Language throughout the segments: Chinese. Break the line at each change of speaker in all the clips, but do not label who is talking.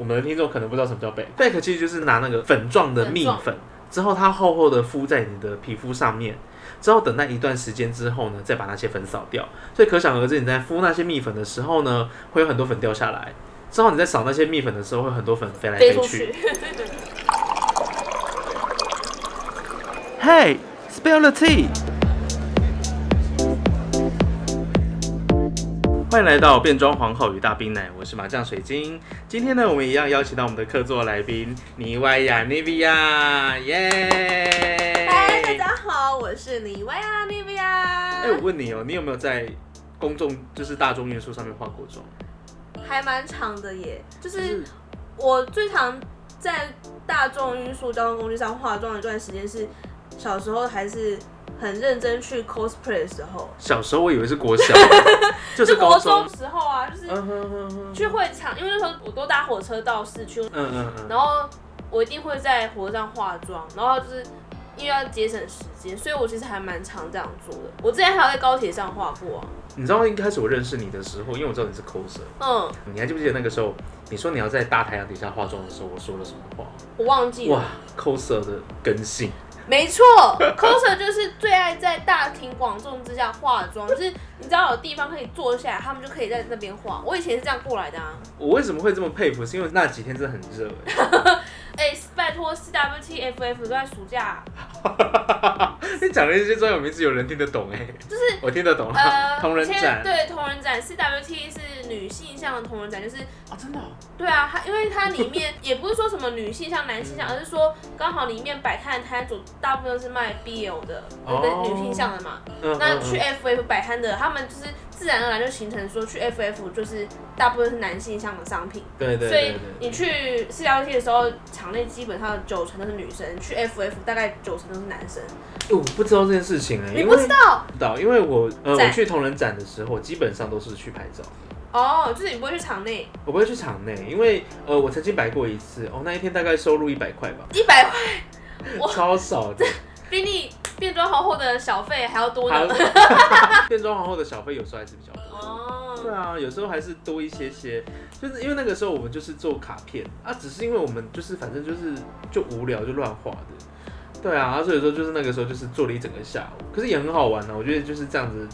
我们的听众可能不知道什么叫 back，back 其实就是拿那个粉状的蜜粉，之后它厚厚的敷在你的皮肤上面，之后等待一段时间之后呢，再把那些粉扫掉。所以可想而知，你在敷那些蜜粉的时候呢，会有很多粉掉下来。之后你在扫那些蜜粉的时候，会有很多粉飞来
飞
飞
出
去。
去。
Hey, spill the tea！欢迎来到变装皇后与大冰奶，我是麻将水晶。今天呢，我们一样邀请到我们的客座来宾尼歪亚尼比亚，耶！
嗨，哎大家好，我是啊妮维亚妮维亚
哎哎、，我问你哦、你有没有在公众就是大众运输上面化过妆？
还蛮长的耶，就
就是
我最常在大众运输交通工具上化妆的一段时间是小时候还是很认真去 cosplay 的时候，
小时候我以为是国 小，就是
就
高
国
中
中。时候啊，就是
嗯哼哼哼，
去会场，因为那时候我都搭火车到市区，
嗯嗯嗯，
然后我一定会在火车上化妆，然后就是因为要节省时间，所以我其实还蛮常这样做的。我之前还有在高铁上画过、啊，
你知道一开始我认识你的时候，因为我知道你是 coser，
嗯，
你还记不记得那个时候，你说你要在大太阳底下化妆的时候，我说了什么话？
我忘记了。
哇，coser 的根性，
没错，coser 就是最爱在大庭广众之下化妆，就是你知道有地方可以坐下来，他们就可以在那边化。我以前是这样过来的啊。
我为什么会这么佩服？是因为那几天真的很 热、欸，
哎、拜托 CWTFF 都在暑假，
你讲的一些专有名词，有人听得懂哎、
就是
我听得懂啦。
呃，
同人
现
展
在对同人展，CWT 是女性向的同人展，就是
哦，真的、哦，
对啊，它因为它里面也不是说什么女性向、男性向，而是说刚好里面摆摊的摊主大部分都是卖 BL 的，
哦
跟女性向的嘛。
嗯
那去 FF 摆摊的，他们就是自然而然就形成说去 FF 就是大部分是男性向的商品，
对对
所以
对对，
你去四幺 T 的时候，场内基本上九成都是女生，去 FF 大概九成都是男生。
哦我不知道这件事情哎、欸，
你
因
不
为
知道
不知道，因为我呃
在
我去同人展的时候，基本上都是去拍照。
哦，就是你不会去场内
我不会去场内，因为呃，我曾经摆过一次，哦，那一天大概收入一百块吧，
一百块，哇
超少的。
比你变装皇后的小费还要多
还有
呢。
变装皇后 的小费有时候还是比较多。对
哦，
啊，有时候还是多一些些，就是因为那个时候我们就是做卡片啊，只是因为我们就是反正就是就无聊就乱画的，对啊，啊所以说就是那个时候就是做了一整个下午，可是也很好玩啊，我觉得就是这样子，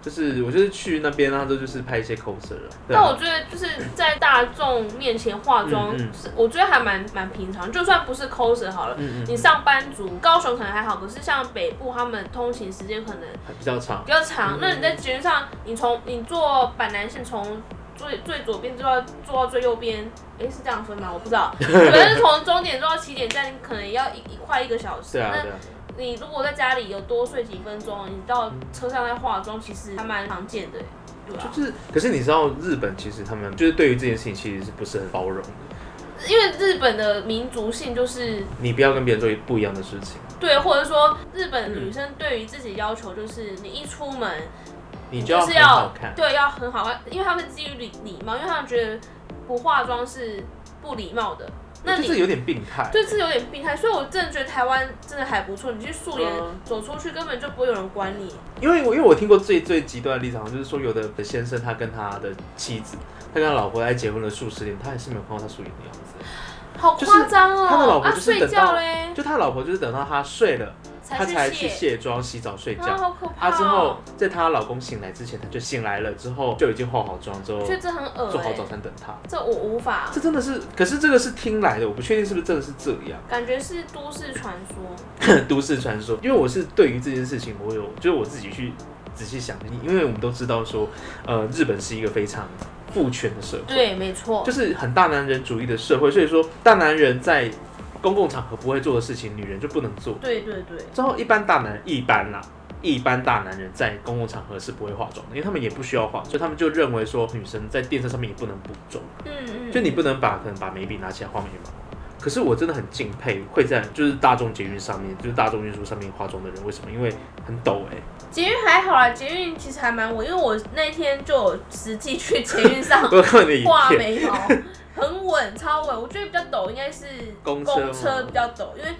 就是我就是去那边，然后就是拍一些 coser 啊，对
但我
啊，
觉得就是在大众面前化妆，
嗯嗯
是我觉得还蛮蛮平常，就算不是 coser 好了。
嗯嗯
你上班族，高雄可能还好，可是像北部他们通勤时间可能
还比较长，
比较长
嗯。
那你在捷运上，你从你坐板南线从最最左边坐到坐到最右边，诶，是这样分吗？我不知 道，可能是从终点坐到起点站，你可能也要一一块一个小时。
对啊
那
对啊，
你如果在家里有多睡几分钟，你到车上再化妆，其实还蛮常见的，对啊。
就是可是你知道日本其实他们就是对于这件事情其实是不是很包容的，
因为日本的民族性就是
你不要跟别人做不一样的事情，
对，或者说日本女生对于自己要求就是，你一出门
你就
就
要
是
很
要
好看，
对，要很好看，因为他们基于礼礼貌，因为他们觉得不化妆是不礼貌的。那
就
你
是有点病态，
对这有点病态，所以我真的觉得台湾真的还不错。你去素颜
嗯
走出去，根本就不会有人管你。
因为我因为我听过最最极端的例子，好像就是说有的先生他跟他的妻子，他跟他老婆在结婚了数十年，他还是没有看过他素颜的样
哎
子。
好
就是
夸张哦！
他的老婆
啊，
就是
睡
等
觉
到
嘞，
就他老婆就是等到他睡了，他才去
去
卸妆、洗澡、睡
啊，
觉。
好可怕、
啊，
哦！
之后在她老公醒来之前，她就醒来了，之后就已经化好妆，之后
我觉得这很恶
做好
欸
早餐等他。
这我无法，
这真的是，可是这个是听来的，我不确定是不是真的是这样。
感觉是都市传说。
都市传说，因为我是对于这件事情，我有就是我自己去仔细想，因为我们都知道说，呃，日本是一个非常父权的社会，
对，没错
就，是很大男人主义的社会，所以说大男人在公共场合不会做的事情，女人就不能做。
对对对，
之后一般大男一般啦、一般大男人在公共场合是不会化妆的，因为他们也不需要化，所以他们就认为说女生在电视上面也不能补妆。
嗯嗯，
就你不能把可能把眉笔拿起来画眉毛。可是我真的很敬佩会在就是大众捷运上面，就是大众运输上面化妆的人，为什么？因为很抖哎、
捷运还好啦，捷运其实还蛮稳，因为我那天就有实际去捷运上
我看你的影
画
片，
眉毛，很稳，超稳。我觉得比较陡应该是
公车
公车
吗
比较陡，因为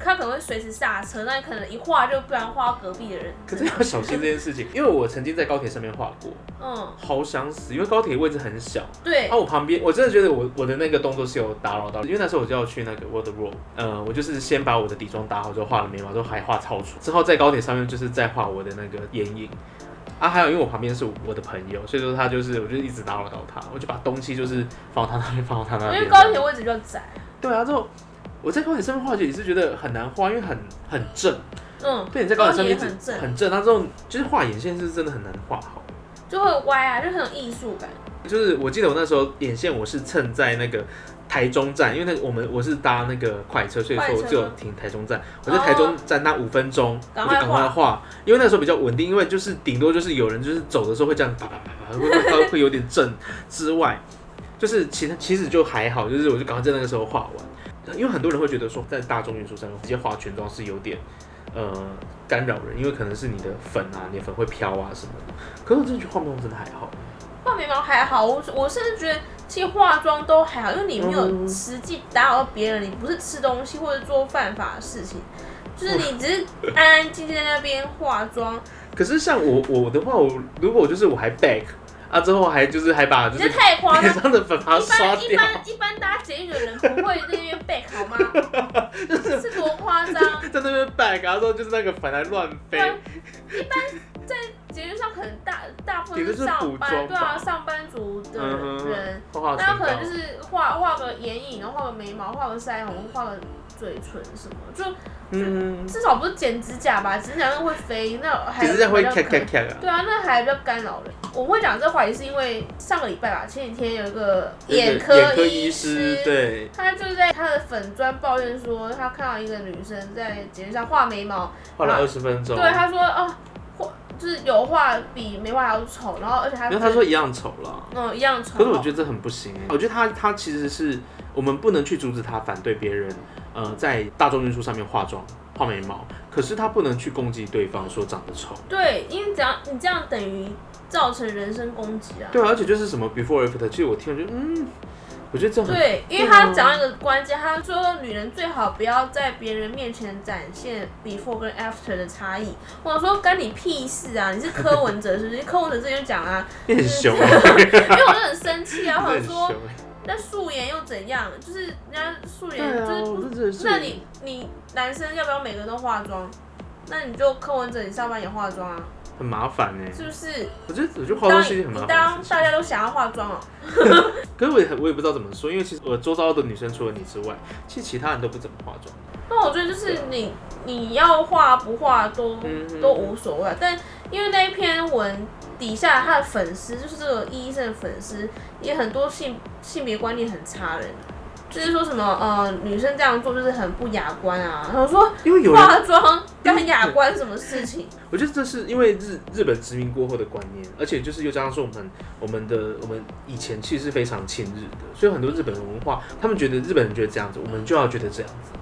它可能会随时刹车，那你可能一划就不然划到隔壁的人。
可是要小心这件事情，因为我曾经在高铁上面画过，
嗯，
好想死，因为高铁位置很小。
对
啊，，我旁边我真的觉得我我的那个动作是有打扰到，因为那时候我就要去那个 World Road，呃，我就是先把我的底妆打好，之后画了眉毛，之后还画超出，之后在高铁上面就是再画我的那个眼影。啊，还有因为我旁边是我的朋友，所以说他就是我就一直打扰到他，我就把东西就是放到他那边，放到他那
因
边。
为高铁位置比较窄。
对啊，之后我在高铁上面画也是觉得很难画，因为很很正。
嗯，
对，你在高铁上面一直
高铁很正
很正，那之后就是画眼线是真的很难画好。
就会歪啊，就很有艺术感。
就是我记得我那时候眼线我是蹭在那个台中站，因为那个我们我是搭那个快车，所以说我
快
只
车
有
吗
停台中站。我在台中站那五分钟，我
赶
就
快
赶快画，因为那时候比较稳定，因为就是顶多就是有人就是走的时候会这样啪啪啪啪，会会会有点震之外，就是其他其实就还好，就是我就赶快在那个时候画完，因为很多人会觉得说在大众运输上面直接画全妆是有点呃干扰人，因为可能是你的粉啊，你的粉会飘啊什么的。可是我真的觉得画面我真的还好。
画眉毛还好，我我甚至觉得其实化妆都还好，因为你没有
嗯
实际打扰到别人，你不是吃东西或者做犯法的事情，就是你只是安安静静在那边化妆，
可是像我我的话，我如果就是我还 back 啊，之后还就是还把就
你
是
这太夸
脸
张。
上的粉把它
一
啊刷
般一
掉，
般一般搭捷运的人不会在那边背 好吗？是多夸张？
在那边 back，然后就是那个粉还乱飞
对，啊，一般在捷运上可能大大部分
顶多
是
是补妆
上班，对
吧
啊，上班族的
嗯哼
人，
画画
那
唇
可能就
膏。
是画画个眼影，然后画个眉毛，画个腮红，画个嘴唇什么，就
嗯，
至少不是剪指甲吧？指甲那会飞，那还
其实在会
比较
咔咔
可
咔啊，
对啊，那还比较干扰人。我会讲这话也是因为上个礼拜吧，前几天有一个眼
那
科
个眼科
医
医
师
师，对，
他就在他的粉砖抱怨说，他看到一个女生在节目上画眉毛，
画了二十分钟，
对，他说啊，画就是有画比没画还要丑，然后而且还
然后他说一样丑啦。
嗯一样丑，
可是我觉得这很不行欸，我觉得他他其实是我们不能去阻止他反对别人，呃，在大众运输上面化妆、画眉毛，可是他不能去攻击对方说长得丑。
对，因为只要你这样等于造成人身攻击啊。
对啊，而且就是什么 before after，其实我听了就嗯，我觉得这样很
对，因为他讲到一个关键，他说女人最好不要在别人面前展现 before 跟 after 的差异。我说干你屁事啊！你是柯文哲是不是？柯文哲之前就讲啊，
你很凶啊，
因为我就很生气啊，
你
我
很
想
凶
说
欸。
那素颜又怎样？就是人家素
对
颜就
啊，
是不
我真的是。
那你你男生要不要每个人都化妆？那你就柯文哲，你上班也化妆啊，
很麻烦哎，
是不是？
我觉得我觉得化
当
妆是一
你
件很麻
你
烦
当
的事
大家都想要化妆哦，
情。可是我也很我也不知道怎么说，因为其实我周遭的女生除了你之外，其实其他人都不怎么化妆。
那我觉得就是你你要画不画都
啊嗯
都无所谓啊，但因为那一篇文底下他的粉丝就是这个医生的粉丝，也很多性性别观念很差的人，就是说什么呃女生这样做就是很不雅观啊，然后说
因为有人，嗯
化妆干雅观什么事情？
我觉得这是因为日日本殖民过后的观念，而且就是又加上说我们我们的我们以前其实是非常亲日的，所以很多日本文化，他们觉得日本人觉得这样子，我们就要觉得这样子。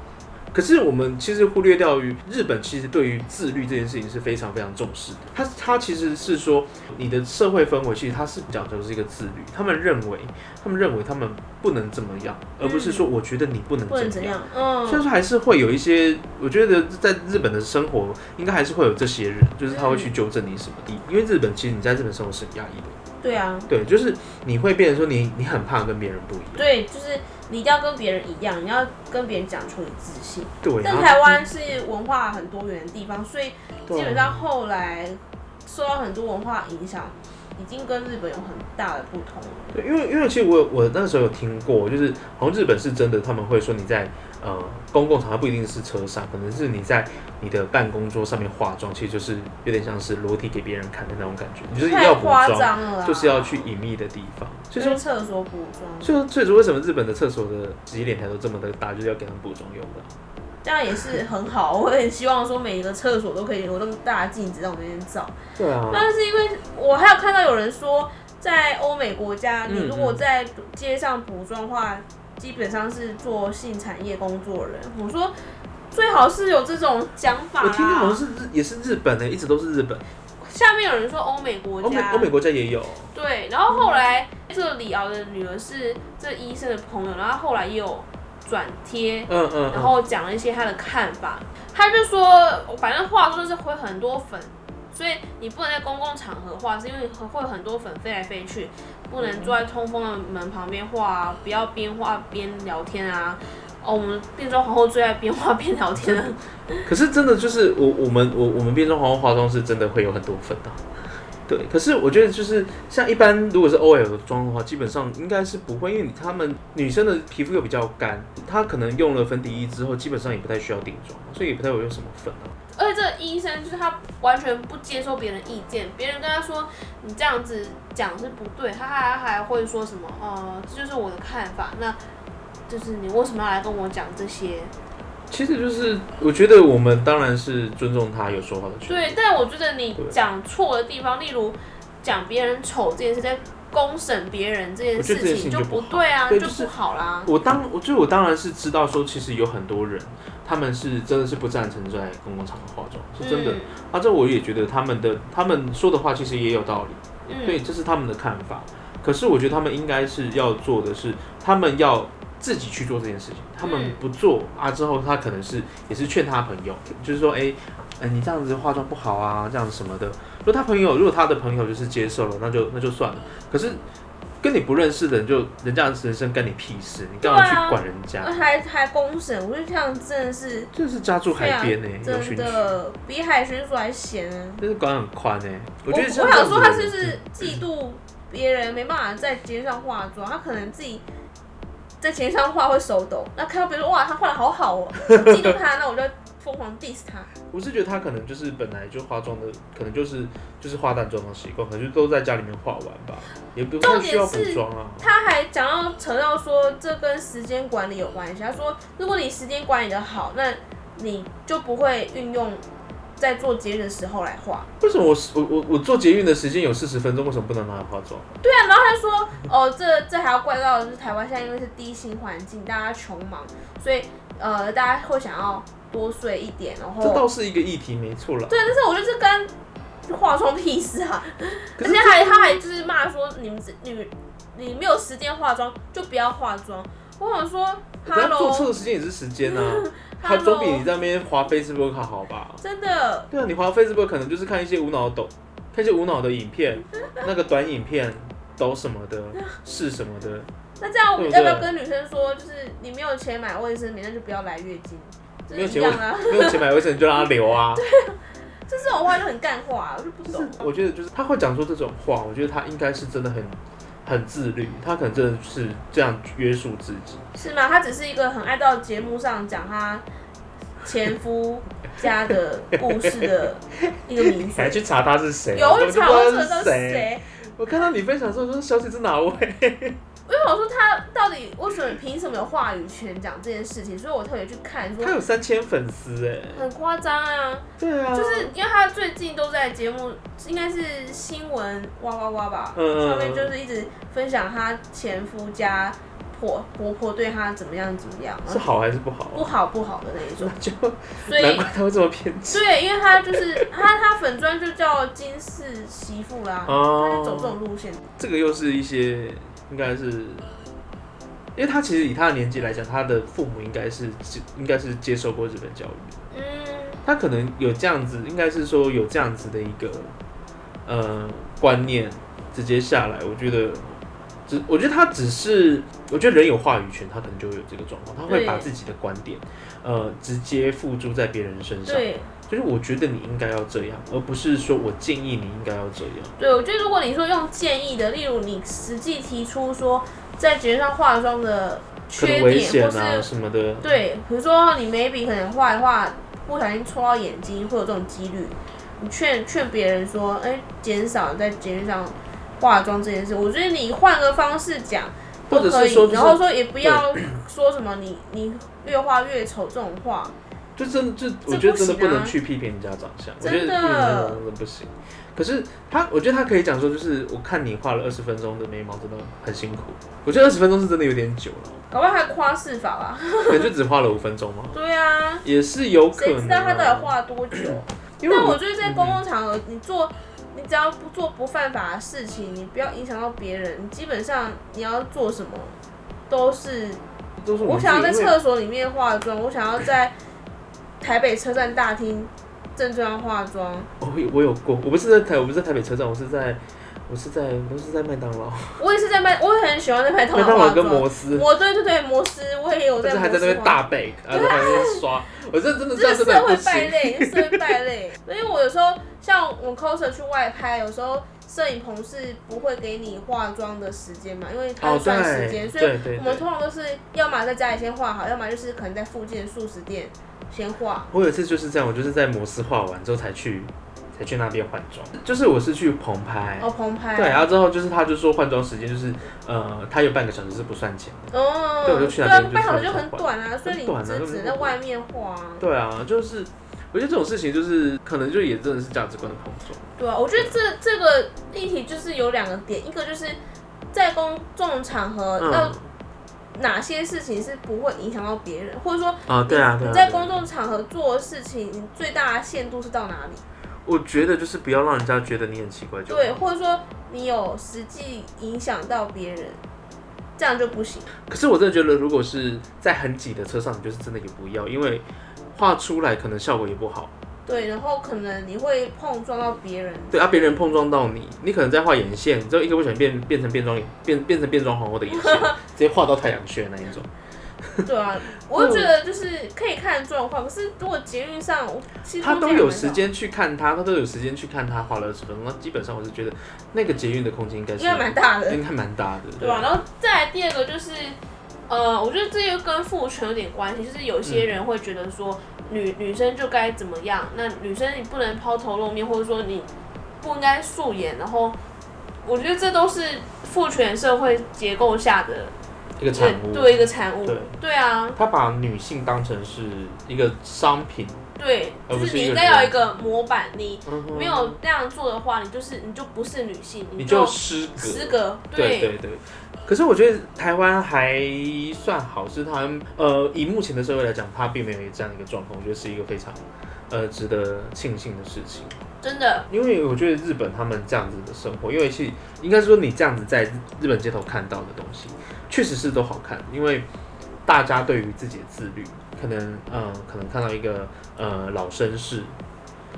可是我们其实忽略掉于日本其实对于自律这件事情是非常非常重视的。它它其实是说你的社会氛围其实它是讲究是一个自律，他们认为他们认为他们不能怎么样，而不是说我觉得你不能
不能
怎
怎
么样。
样，
虽然
嗯，
说还是会有一些，我觉得在日本的生活应该还是会有这些人，就是他会去纠正你什么的，因为日本其实你在日本生活是很压抑的，
对啊，
对，就是你会变成说你你很怕跟别人不一样，
对，就是你一定要跟别人一样，你要跟别人讲出你自信。
对，然
但
后
台湾是文化很多元的地方，所以
对啊
基本上后来受到很多文化影响，已经跟日本有很大的不同了。
对，因为因为其实我有我那时候有听过，就是好像日本是真的，他们会说你在呃公共场合不一定是车上，可能是你在你的办公桌上面化妆，其实就是有点像是裸体给别人看的那种感觉，你就是
太
要补
夸
妆，
张了啦，啊
就是要去隐秘的地方，所以说
去厕所补妆，
所以，所以说为什么日本的厕所的洗脸台都这么的大，就是要给他们补妆用的啊。
这样也是很好。我很希望说每一个厕所都可以有那么大的镜子让我们那边照。
对啊，
但是因为我还有看到有人说，在欧美国家，
嗯
你如果在街上补妆的话，基本上是做性产业工作人。我说最好是有这种讲法
我听到好像
啦。
是日也是日本呢、一直都是日本，
下面有人说欧美国
欧美
家
欧，美国家也有。
对，然后后来这个李敖的女儿是这医生的朋友，然后后来也有转贴，
嗯嗯，
然后讲了一些他的看法。他就说，反正话说就是会很多粉，所以你不能在公共场合画，是因为会有很多粉飞来飞去，不能坐在通风的门旁边画啊，不要边画边聊天啊。哦，我们变装皇后最爱边画边聊天了。啊
嗯可是真的就是我我们我我们变装皇后化妆是真的会有很多粉的、对，可是我觉得就是像一般如果是 OL 妆的话，基本上应该是不会，因为她们女生的皮肤又比较干，她可能用了粉底液之后，基本上也不太需要定妆，所以也不太会有什么粉啊。
而且这个医生就是他完全不接受别人意见，别人跟他说你这样子讲是不对，他还还会说什么呃，这就是我的看法，那就是你为什么要来跟我讲这些？
其实就是我觉得我们当然是尊重她有说话的权利。
对，但我觉得你
对
讲错的地方，例如讲别人丑这件事，在公审别人这件
我觉得这
事
件
情
事情
就
就不
不
好
对啊，
对
就
就是
不好啦。
我当我就我当然是知道说，其实有很多人他们是真的是不赞成在公共场合化妆，是真的。
嗯
啊，这我也觉得他们的他们说的话其实也有道理，
嗯，
对，这是他们的看法。可是我觉得他们应该是要做的是，他们要自己去做这件事情，他们
嗯
不做啊之后，他可能是也是劝他朋友，就是说，哎、呃你这样子化妆不好啊，这样什么的。如果他朋友，如果他的朋友就是接受了，那就那就算了。可是跟你不认识的人就，人家的人生干你屁事，你干嘛
对啊
去管人家？
还还公审，我觉得这样真的是
这是家住海边呢、有
啊真
群区，
的比海巡署还闲啊。
就是管很宽呢、
我
觉得像
我
这样
想
子
说
的
他
人
是不是嫉妒别人没办法在街上化妆，他可能自己在街上画会手抖，那看到别人哇他画的好好哦，我嫉妒他，那我就疯狂 diss 他。
我是觉得他可能就是本来就化妆的，可能就是就是化淡妆的习惯，可能就都在家里面化完吧，也不太需要补妆啊。
他还讲到扯到说，这跟时间管理有关系。他说，如果你时间管理的好，那你就不会运用在做节日的时候来画。
为什么我我我我做捷运的时间有四十分钟，为什么不能拿来化妆？
对啊，然后他说，哦，这这还要怪到就是台湾现在因为是低薪环境，大家穷忙，所以呃，大家会想要多睡一点，然后
这倒是一个议题，没错啦。
哦对，但是我觉得这跟化妆屁事啊！
可
而
是
且还他还就是骂说你们这你你没有时间化妆就不要化妆。我想说
人家坐车
，Hello，
的时间也是时间啊，它总比
Hello，
你在那边滑 Facebook 好吧？
真的，
对啊，你滑 Facebook 可能就是看一些无脑抖，看一些无脑的影 片，那个短影片抖什么的，是什么的，
那这样
对不
要不要
对
跟女生说，就是你没有钱买卫生棉，那就不要来月经，就
没有
是一
钱
样啊。
没有钱买卫生纸就让它流啊。
就这种话就很干话、我就不
就是
懂。
我觉得就是他会讲出这种话，我觉得他应该是真的很很自律，他可能真的是这样约束自己。
是吗？他只是一个很爱到节目上讲他前夫家的故事的一个名
你
字
还。去查他是 谁？啊
有，我就
根
查
本
我
就
这
不
个
知道是
都是
谁？
谁。
我看到你分享的时候说小姐是哪位？
因为我说他到底为什么凭什么有话语权讲这件事情，所以我特别去看
他
说
有三千粉丝哎，
很夸张啊，
对啊，
就是因为他最近都在节目，应该是新闻哇哇哇吧，
嗯
上面就是一直分享他前夫家婆婆婆对他怎么样怎么样，
是好还是不好
不
啊？
好不好的那一种，
就
所
难
以
怪他会这么偏激
对，因为他就是他他粉砖就叫金氏媳妇啦，他就走这
哦。
种路线，
这个又是一些应该是，因为他其实以他的年纪来讲，他的父母应该是应该是接受过日本教育。
嗯，
他可能有这样子，应该是说有这样子的一个呃观念，直接下来，我觉得只我觉得他只是，我觉得人有话语权，他可能就会有这个状况，他会
对
把自己的观点呃直接付诸在别人身上，
对。
就是我觉得你应该要这样，而不是说我建议你应该要这样。
对，我觉得如果你说用建议的，例如你实际提出说在节目上化妆的
可
缺
能
点，
危险啊
或是
什么的，
对，比如说你眉笔可能画一画，不小心戳到眼睛，会有这种几率。你劝劝别人说，哎，减少在节目上化妆这件事。我觉得你换个方式讲
或
都
者
可
是
以，
说就
然后
是
说也不要说什么你你越画越丑这种话。
就真的就
这
我觉得真的
不行
不
啊
能去批评人家长相，我觉得批评
真的
人家长相真的不行。可是他，我觉得他可以讲说，就是我看你画了二十分钟的眉毛，真的很辛苦。我觉得二十分钟是真的有点久 了，
搞不好还夸饰法吧？
可能就只画了五分钟嘛，
对啊，
也是有可
谁
能、啊。
知道他到底画了多久？
啊因为
但
我
我觉得在公共场合，你做，你只要不做不犯法的事情，你不要影响到别人，你基本上你要做什么都是
都是
我
们
想要在
自己
厕所里面化妆，我想要在台北车站大厅正装化妆。
哦我有我有过，我不是在台，我不是在台北车站，我是在我是在我是在麦当劳，
我也是在麦，我也很喜欢在麦 当
麦当
劳化
劳跟
妆。
摩斯，
我对对对，摩斯我也有
但
在
是
摩
还
斯
在那边
化
大背，然后还在那边刷，我这真的这样
是
真
社
的
会
不
败
行。
类，社会败类。因为我有时候像我 coser 去外拍，有时候摄影棚是不会给你化妆的时间嘛，因为它
哦，
是算时间，
对，
所以
对对
我们
对。
通常都是要么在家里先画好，要么就是可能在附近的素食店先画。
我有一次就是这样，我就是在摩斯画完之后才去才去那边换装，就是我是去棚拍。
哦，棚拍。
对，然后之后就是他就说换装时间就是，呃，他有半个小时是不算钱的。
哦，
对我就去那
对啊
边，就
半
是
小时就
很
很
短
短啊，所以你
短啊
只
根
只
本
能
就
在
不
外面画啊。
对啊，就是我觉得这种事情就是可能就也真的是价值观的碰撞。
对啊，我觉得这这个议题就是有两个点，一个就是在公众场合要
嗯
哪些事情是不会影响到别人，或者说
啊，对啊，对啊。
你在
对啊
公众场合做的事情，你最大的限度是到哪里？
我觉得就是不要让人家觉得你很奇怪就好
对，。或者说你有实际影响到别人，这样就不行。
可是我真的觉得，如果是在很挤的车上，你就是真的也不要，因为画出来可能效果也不好。
对，然后可能你会碰撞到别人。
对啊，别人碰撞到你，你可能在画眼线，你之后一个不小心变变成变装变变成变装皇后的眼 线，直接画到太阳穴那一种。
对啊，我就觉得就是可以看状况，可是如果捷运上，我其实
他
中
都
间
有
还蛮
时间去看他，他都有时间去看他画了二十分钟。那基本上我是觉得那个捷运的空间应该
少，
是
应该蛮大的。
应该蛮大的，
对吧、啊然后再来第二个就是，呃，我觉得这又跟父权有点关系，就是有些人会觉得说女女生就该怎么样，那女生你不能抛头露面，或者说你不应该素颜，然后我觉得这都是父权社会结构下的呃
一个产物。
对一个产物
对，
对啊，
他把女性当成是一个商品，
对，
而
就
不是
是你
一个
应该要有
人
一个模板，你
嗯哼
没有那样做的话，你就是你就不是女性，
你
就
就失格。
失格，
对对对。可是我觉得台湾还算好，是他们呃，以目前的社会来讲，它并没有这样一个状况，我觉得是一个非常呃值得庆幸的事情。
真的，
因为我觉得日本他们这样子的生活，因为是应该是说你这样子在日本街头看到的东西，确实是都好看，因为大家对于自己的自律，可能呃可能看到一个呃老绅士，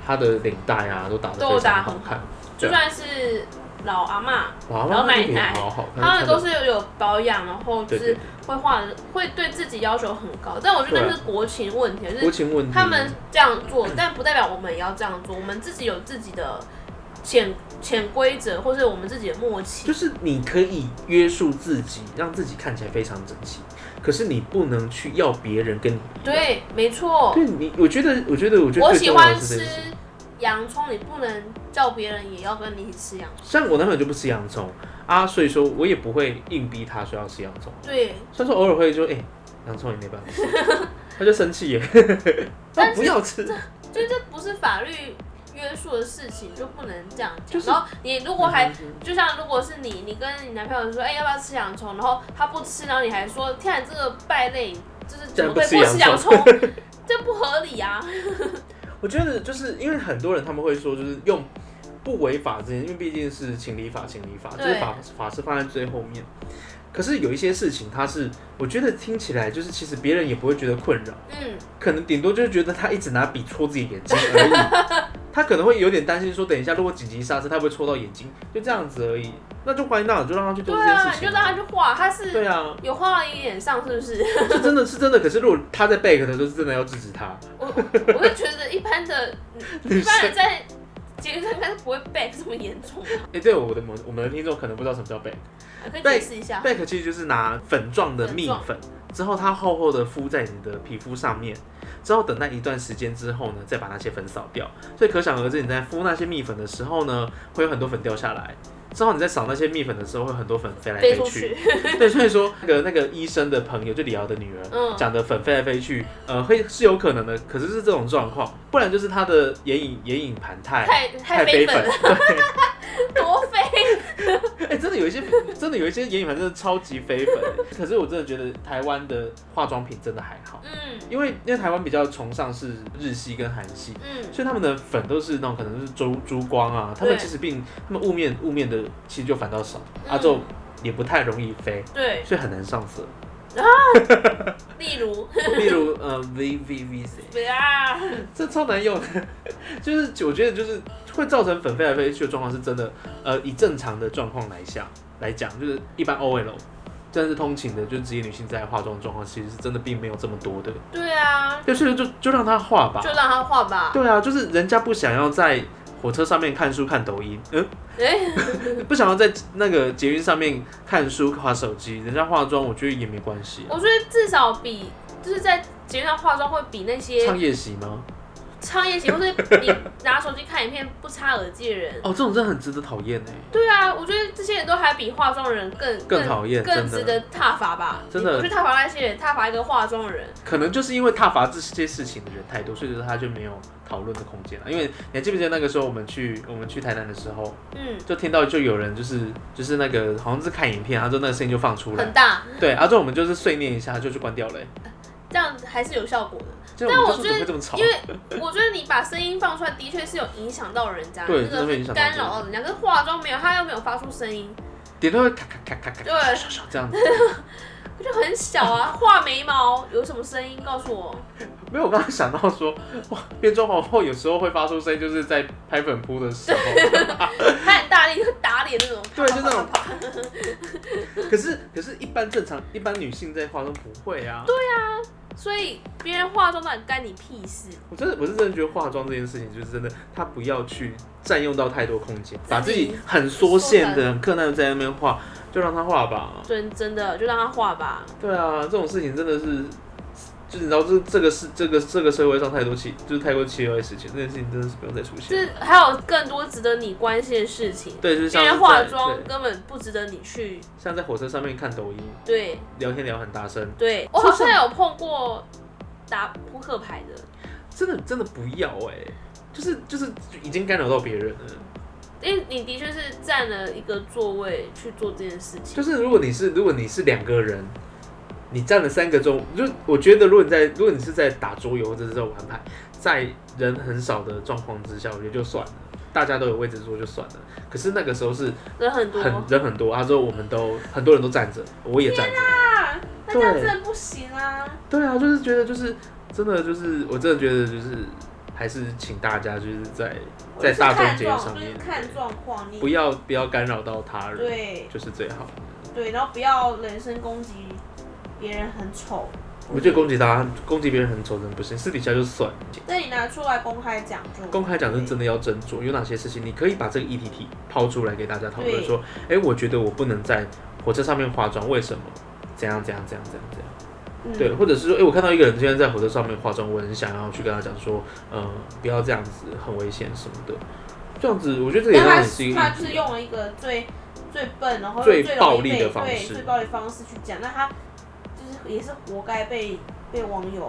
他的领带啊都打得
都
非
打
常
很
好看，
就
对啊
算是老阿嬷。
然后
老奶奶
也好好看，
他们都
看得
是有保养，然后就
对对啊
是会画的，会对自己要求很高。但我觉得那是国情问题，就
国
是
情问题，
他们这样做，但不代表我们也要这样做。我们自己有自己的潜潜规则，或是我们自己的默契
就。是你可以约束自己，让自己看起来非常整齐，可是你不能去要别人跟你一样。
对，没错。
对你，我觉得，我觉得，我觉得
我
最
喜
重要
欢
的是这
吃
件事。
洋葱，你不能叫别人也要跟你一起吃洋葱。
像我男朋友就不吃洋葱啊，所以说我也不会硬逼他说要吃洋葱，
对，
虽然说偶尔会就哎、洋葱也没办法 吃，他就生气耶， 他
但是
不要吃。
就这不是法律约束的事情，就不能这样
嗯就
讲。
是嗯
然后你如果还就像如果是你，你跟你男朋友说，哎、要不要吃洋葱？然后他不吃，然后你还说，天啊，这个败类，就是怎么可以不吃 洋葱？
啊
这不合理啊！
我觉得就是因为很多人他们会说，就是用不违法这件，因为毕竟是情理法，情理法，就
对
是法法是放在最后面。可是有一些事情，它是我觉得听起来就是，其实别人也不会觉得困扰，
嗯，
可能顶多就是觉得他一直拿笔戳自己眼睛而已。 他可能会有点担心，说等一下如果紧急刹车，他会不会戳到眼睛？就这样子而已。那就 why not？就让他去
对
做这件
啊，
事
你
情
就让他
啊。
去画，他是
对啊，
有画到你脸上，是 不是？
是真的是真的。可是如果他在 back 的时候，是真的要制止 他。
我我我就觉得一般的
女
一般
生
人，在节目上应该是不会 back 这么严重吧？
哎、对我的我们我们的听众可能不知道什么叫 back。
可以解释一下。
back 其实就是拿粉状的蜜粉，之后它厚厚的敷在你的皮肤上面，之后等待一段时间之后呢，再把那些粉扫掉。所以可想而知，你在敷那些蜜粉的时候呢，会有很多粉掉下来。之后你在扫那些蜜粉的时候，会有很多粉飞来
飞
飞
出
去。
去，
对，所以说那个那个医生的朋友，就李敖的女儿
嗯，
讲、的粉飞来飞去，呃，会是有可能的，可是是这种状况，不然就是他的眼影眼影盘太
太太
飞
飞粉了，
了。对
多飞。
哎、真的有一些，真的有一些眼影盘真的超级飞粉。可是我真的觉得台湾的化妆品真的还好，
嗯
因为因为台湾比较崇尚是日系跟韩系，
嗯，
所以他们的粉都是那种可能是珠珠光啊，他们
对
其实并他们雾面雾面的其实就反倒少，
嗯
啊就也不太容易飞，
对。
所以很难上色。
例如， 啊
例如呃 V V V C，
不要，
这超难用的， 就是我觉得就是会造成粉飞来飞去的状况是真的，呃，以正常的状况来下来讲，就是一般 OL，真的是通勤的，就是职业女性在化妆的状况，其实是真的并没有这么多的，
对啊，
对，所以就就让她化吧
就，让他画吧。
对啊，就是人家不想要在火车上面看书看抖音，嗯，
哎，
不想要在那个捷运上面看书划手机，人家化妆我觉得也没关系、啊，
我觉得至少比就是在节目上化妆会比那些
唱夜袭吗？
唱夜行或者你拿手机看影片不插耳机的人。
哦，这种真的很值得讨厌哎。
对啊，我觉得这些人都还比化妆的人更
更讨厌
更
真的
值得挞伐吧。
真的
你不去挞伐那些人，挞伐一个化妆人。
可能就是因为踏伐这些事情的人太多，所以说他就没有讨论的空间了。因为你还记不记得那个时候我们去我们去台南的时候，
嗯，
就听到就有人就是就是那个好像是看影片，然后就那个声音就放出
很
来，
大，
对，然后就我们就是碎念一下就去关掉了、欸。
这样还是有效果的。
就
但
我
我
们就
觉
是怎么
得
会这么吵
因？为我觉得你把声音放出来，的确是有影响到人家，
对
那
真的
个
会
是
影响到
干扰到人家。可是化妆没有，他又没有发出声音，
点都会咔咔咔咔咔，
对
唰唰唰这样子，
就很小 啊。画眉毛有什么声音？告诉我。
没有，我刚刚想到说，哇，变装皇后有时候会发出声音，就是在拍粉扑的时候。
他很大力，就打脸那种。
对就那种可是可是，一般正常一般女性在化妆不会啊。对，
所以别人化妆到底干你屁事？
我真的我是真的觉得化妆这件事情，就是真的，她不要去占用到太多空间，把自己很缩限的、很困难的在那边画，就让她画吧。
真真的就让他化吧。
对啊，这种事情真的是，就是你知道，这这个是这个这个社会上太多奇，就是太多奇怪的事情，这件事情真的是不用再出
就
现。
是还有更多值得你关心的事情。
对，就是
别
像是
人化
在
妆
对
根本不值得你去。
像在火车上面看抖音，
对
聊天聊很大声，
对，我好像有碰过打扑克牌的，
真的真的不要哎、就是就是已经干扰到别人了。
因为你的确是占了一个座位去做这件事情
就。是如果你是如果你是两个人，你占了三个钟，就我觉得如果你在如果你是在打桌游或者是在玩牌，在人很少的状况之下，我觉得就算了，大家都有位置坐就算了。可是那个时候是
人很多
很人很多，啊，之后我们都很多人都站着，我也站着。
啊，那这样
对
真的不行啊！
对啊，就是觉得就是真的就是我真的觉得就是还是请大家就是在
我
在
就是
大众
看
节
状
上
就是
面
看状况，
不
你
要不要干扰到他人，
对
就是最好。
对，然后不要人身攻击别人很丑。
我觉得攻击他攻击别人很丑真的不行，私底下就算了。
那你拿出来公开讲就
公开讲是真
的。
的要斟酌，有哪些事情你可以把这个议题提抛出来给大家讨论，
对
说，哎、我觉得我不能在火车上面化妆，为什么？怎样怎样怎样怎样怎样？
嗯
对，或者是说，哎、我看到一个人今天在火车上面化妆，我很想要去跟他讲说，呃，不要这样子，很危险什么的。这样子，我觉得这也
但
让
他
你是嗯一个
他
议
就是
题
用了一个最最笨，然后
最
又容易
暴力的
被
方
对
式
最暴力的方式去讲，那他就是也是活该被被网友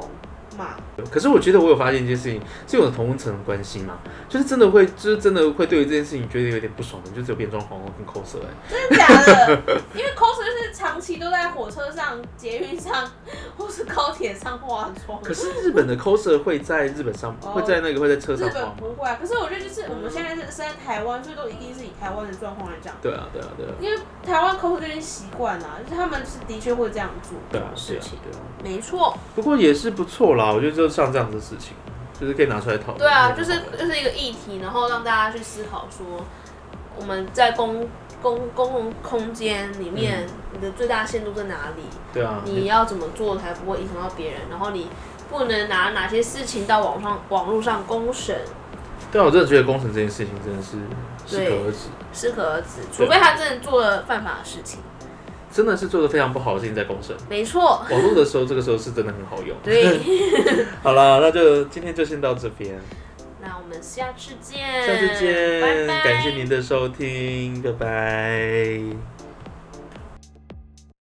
骂。
可是我觉得我有发现一件事情，是我的同温层的关系嘛，就是真的会，就是真的会对于这件事情觉得有点不爽的，就只有变装皇后跟 coser 哎、
真的假的？ 因为 cos 就是长期都在火车上、捷运上或是高铁上化妆。
可是日本的 coser 会在日本上，
哦
会在那个会在车上
日
化
本
吗？
不会啊，可是我觉得就是我们现在是生在台湾，所以都一定是以台湾的状况来讲，
对啊，对啊，对啊，
因为台湾 cos 就已经习惯了，就是他们是的确会这样做这
对
种
啊，是
事
啊
情，，
对啊。
没错。
不过也是不错啦，我觉得就像这样子的事情，就是可以拿出来讨论。
对啊，就是就是一个议题，然后让大家去思考说，我们在公公公共空间里面，你的最大限度在哪里？
对啊，
你要怎么做才不会影响到别人？然后你不能拿哪些事情到网上网络上公审，
对啊，我真的觉得工程这件事情真的是适可
对
而止，
适可而止，
对
除非他真的做了犯法的事情。
真的是做的非常不好的事情在工程。
没错，
网络的时候，这个时候是真的很好用。
对。
好啦，那就今天就先到这边，
那我们下次见，
下次见，
嗯拜拜，
感谢您的收听，拜拜。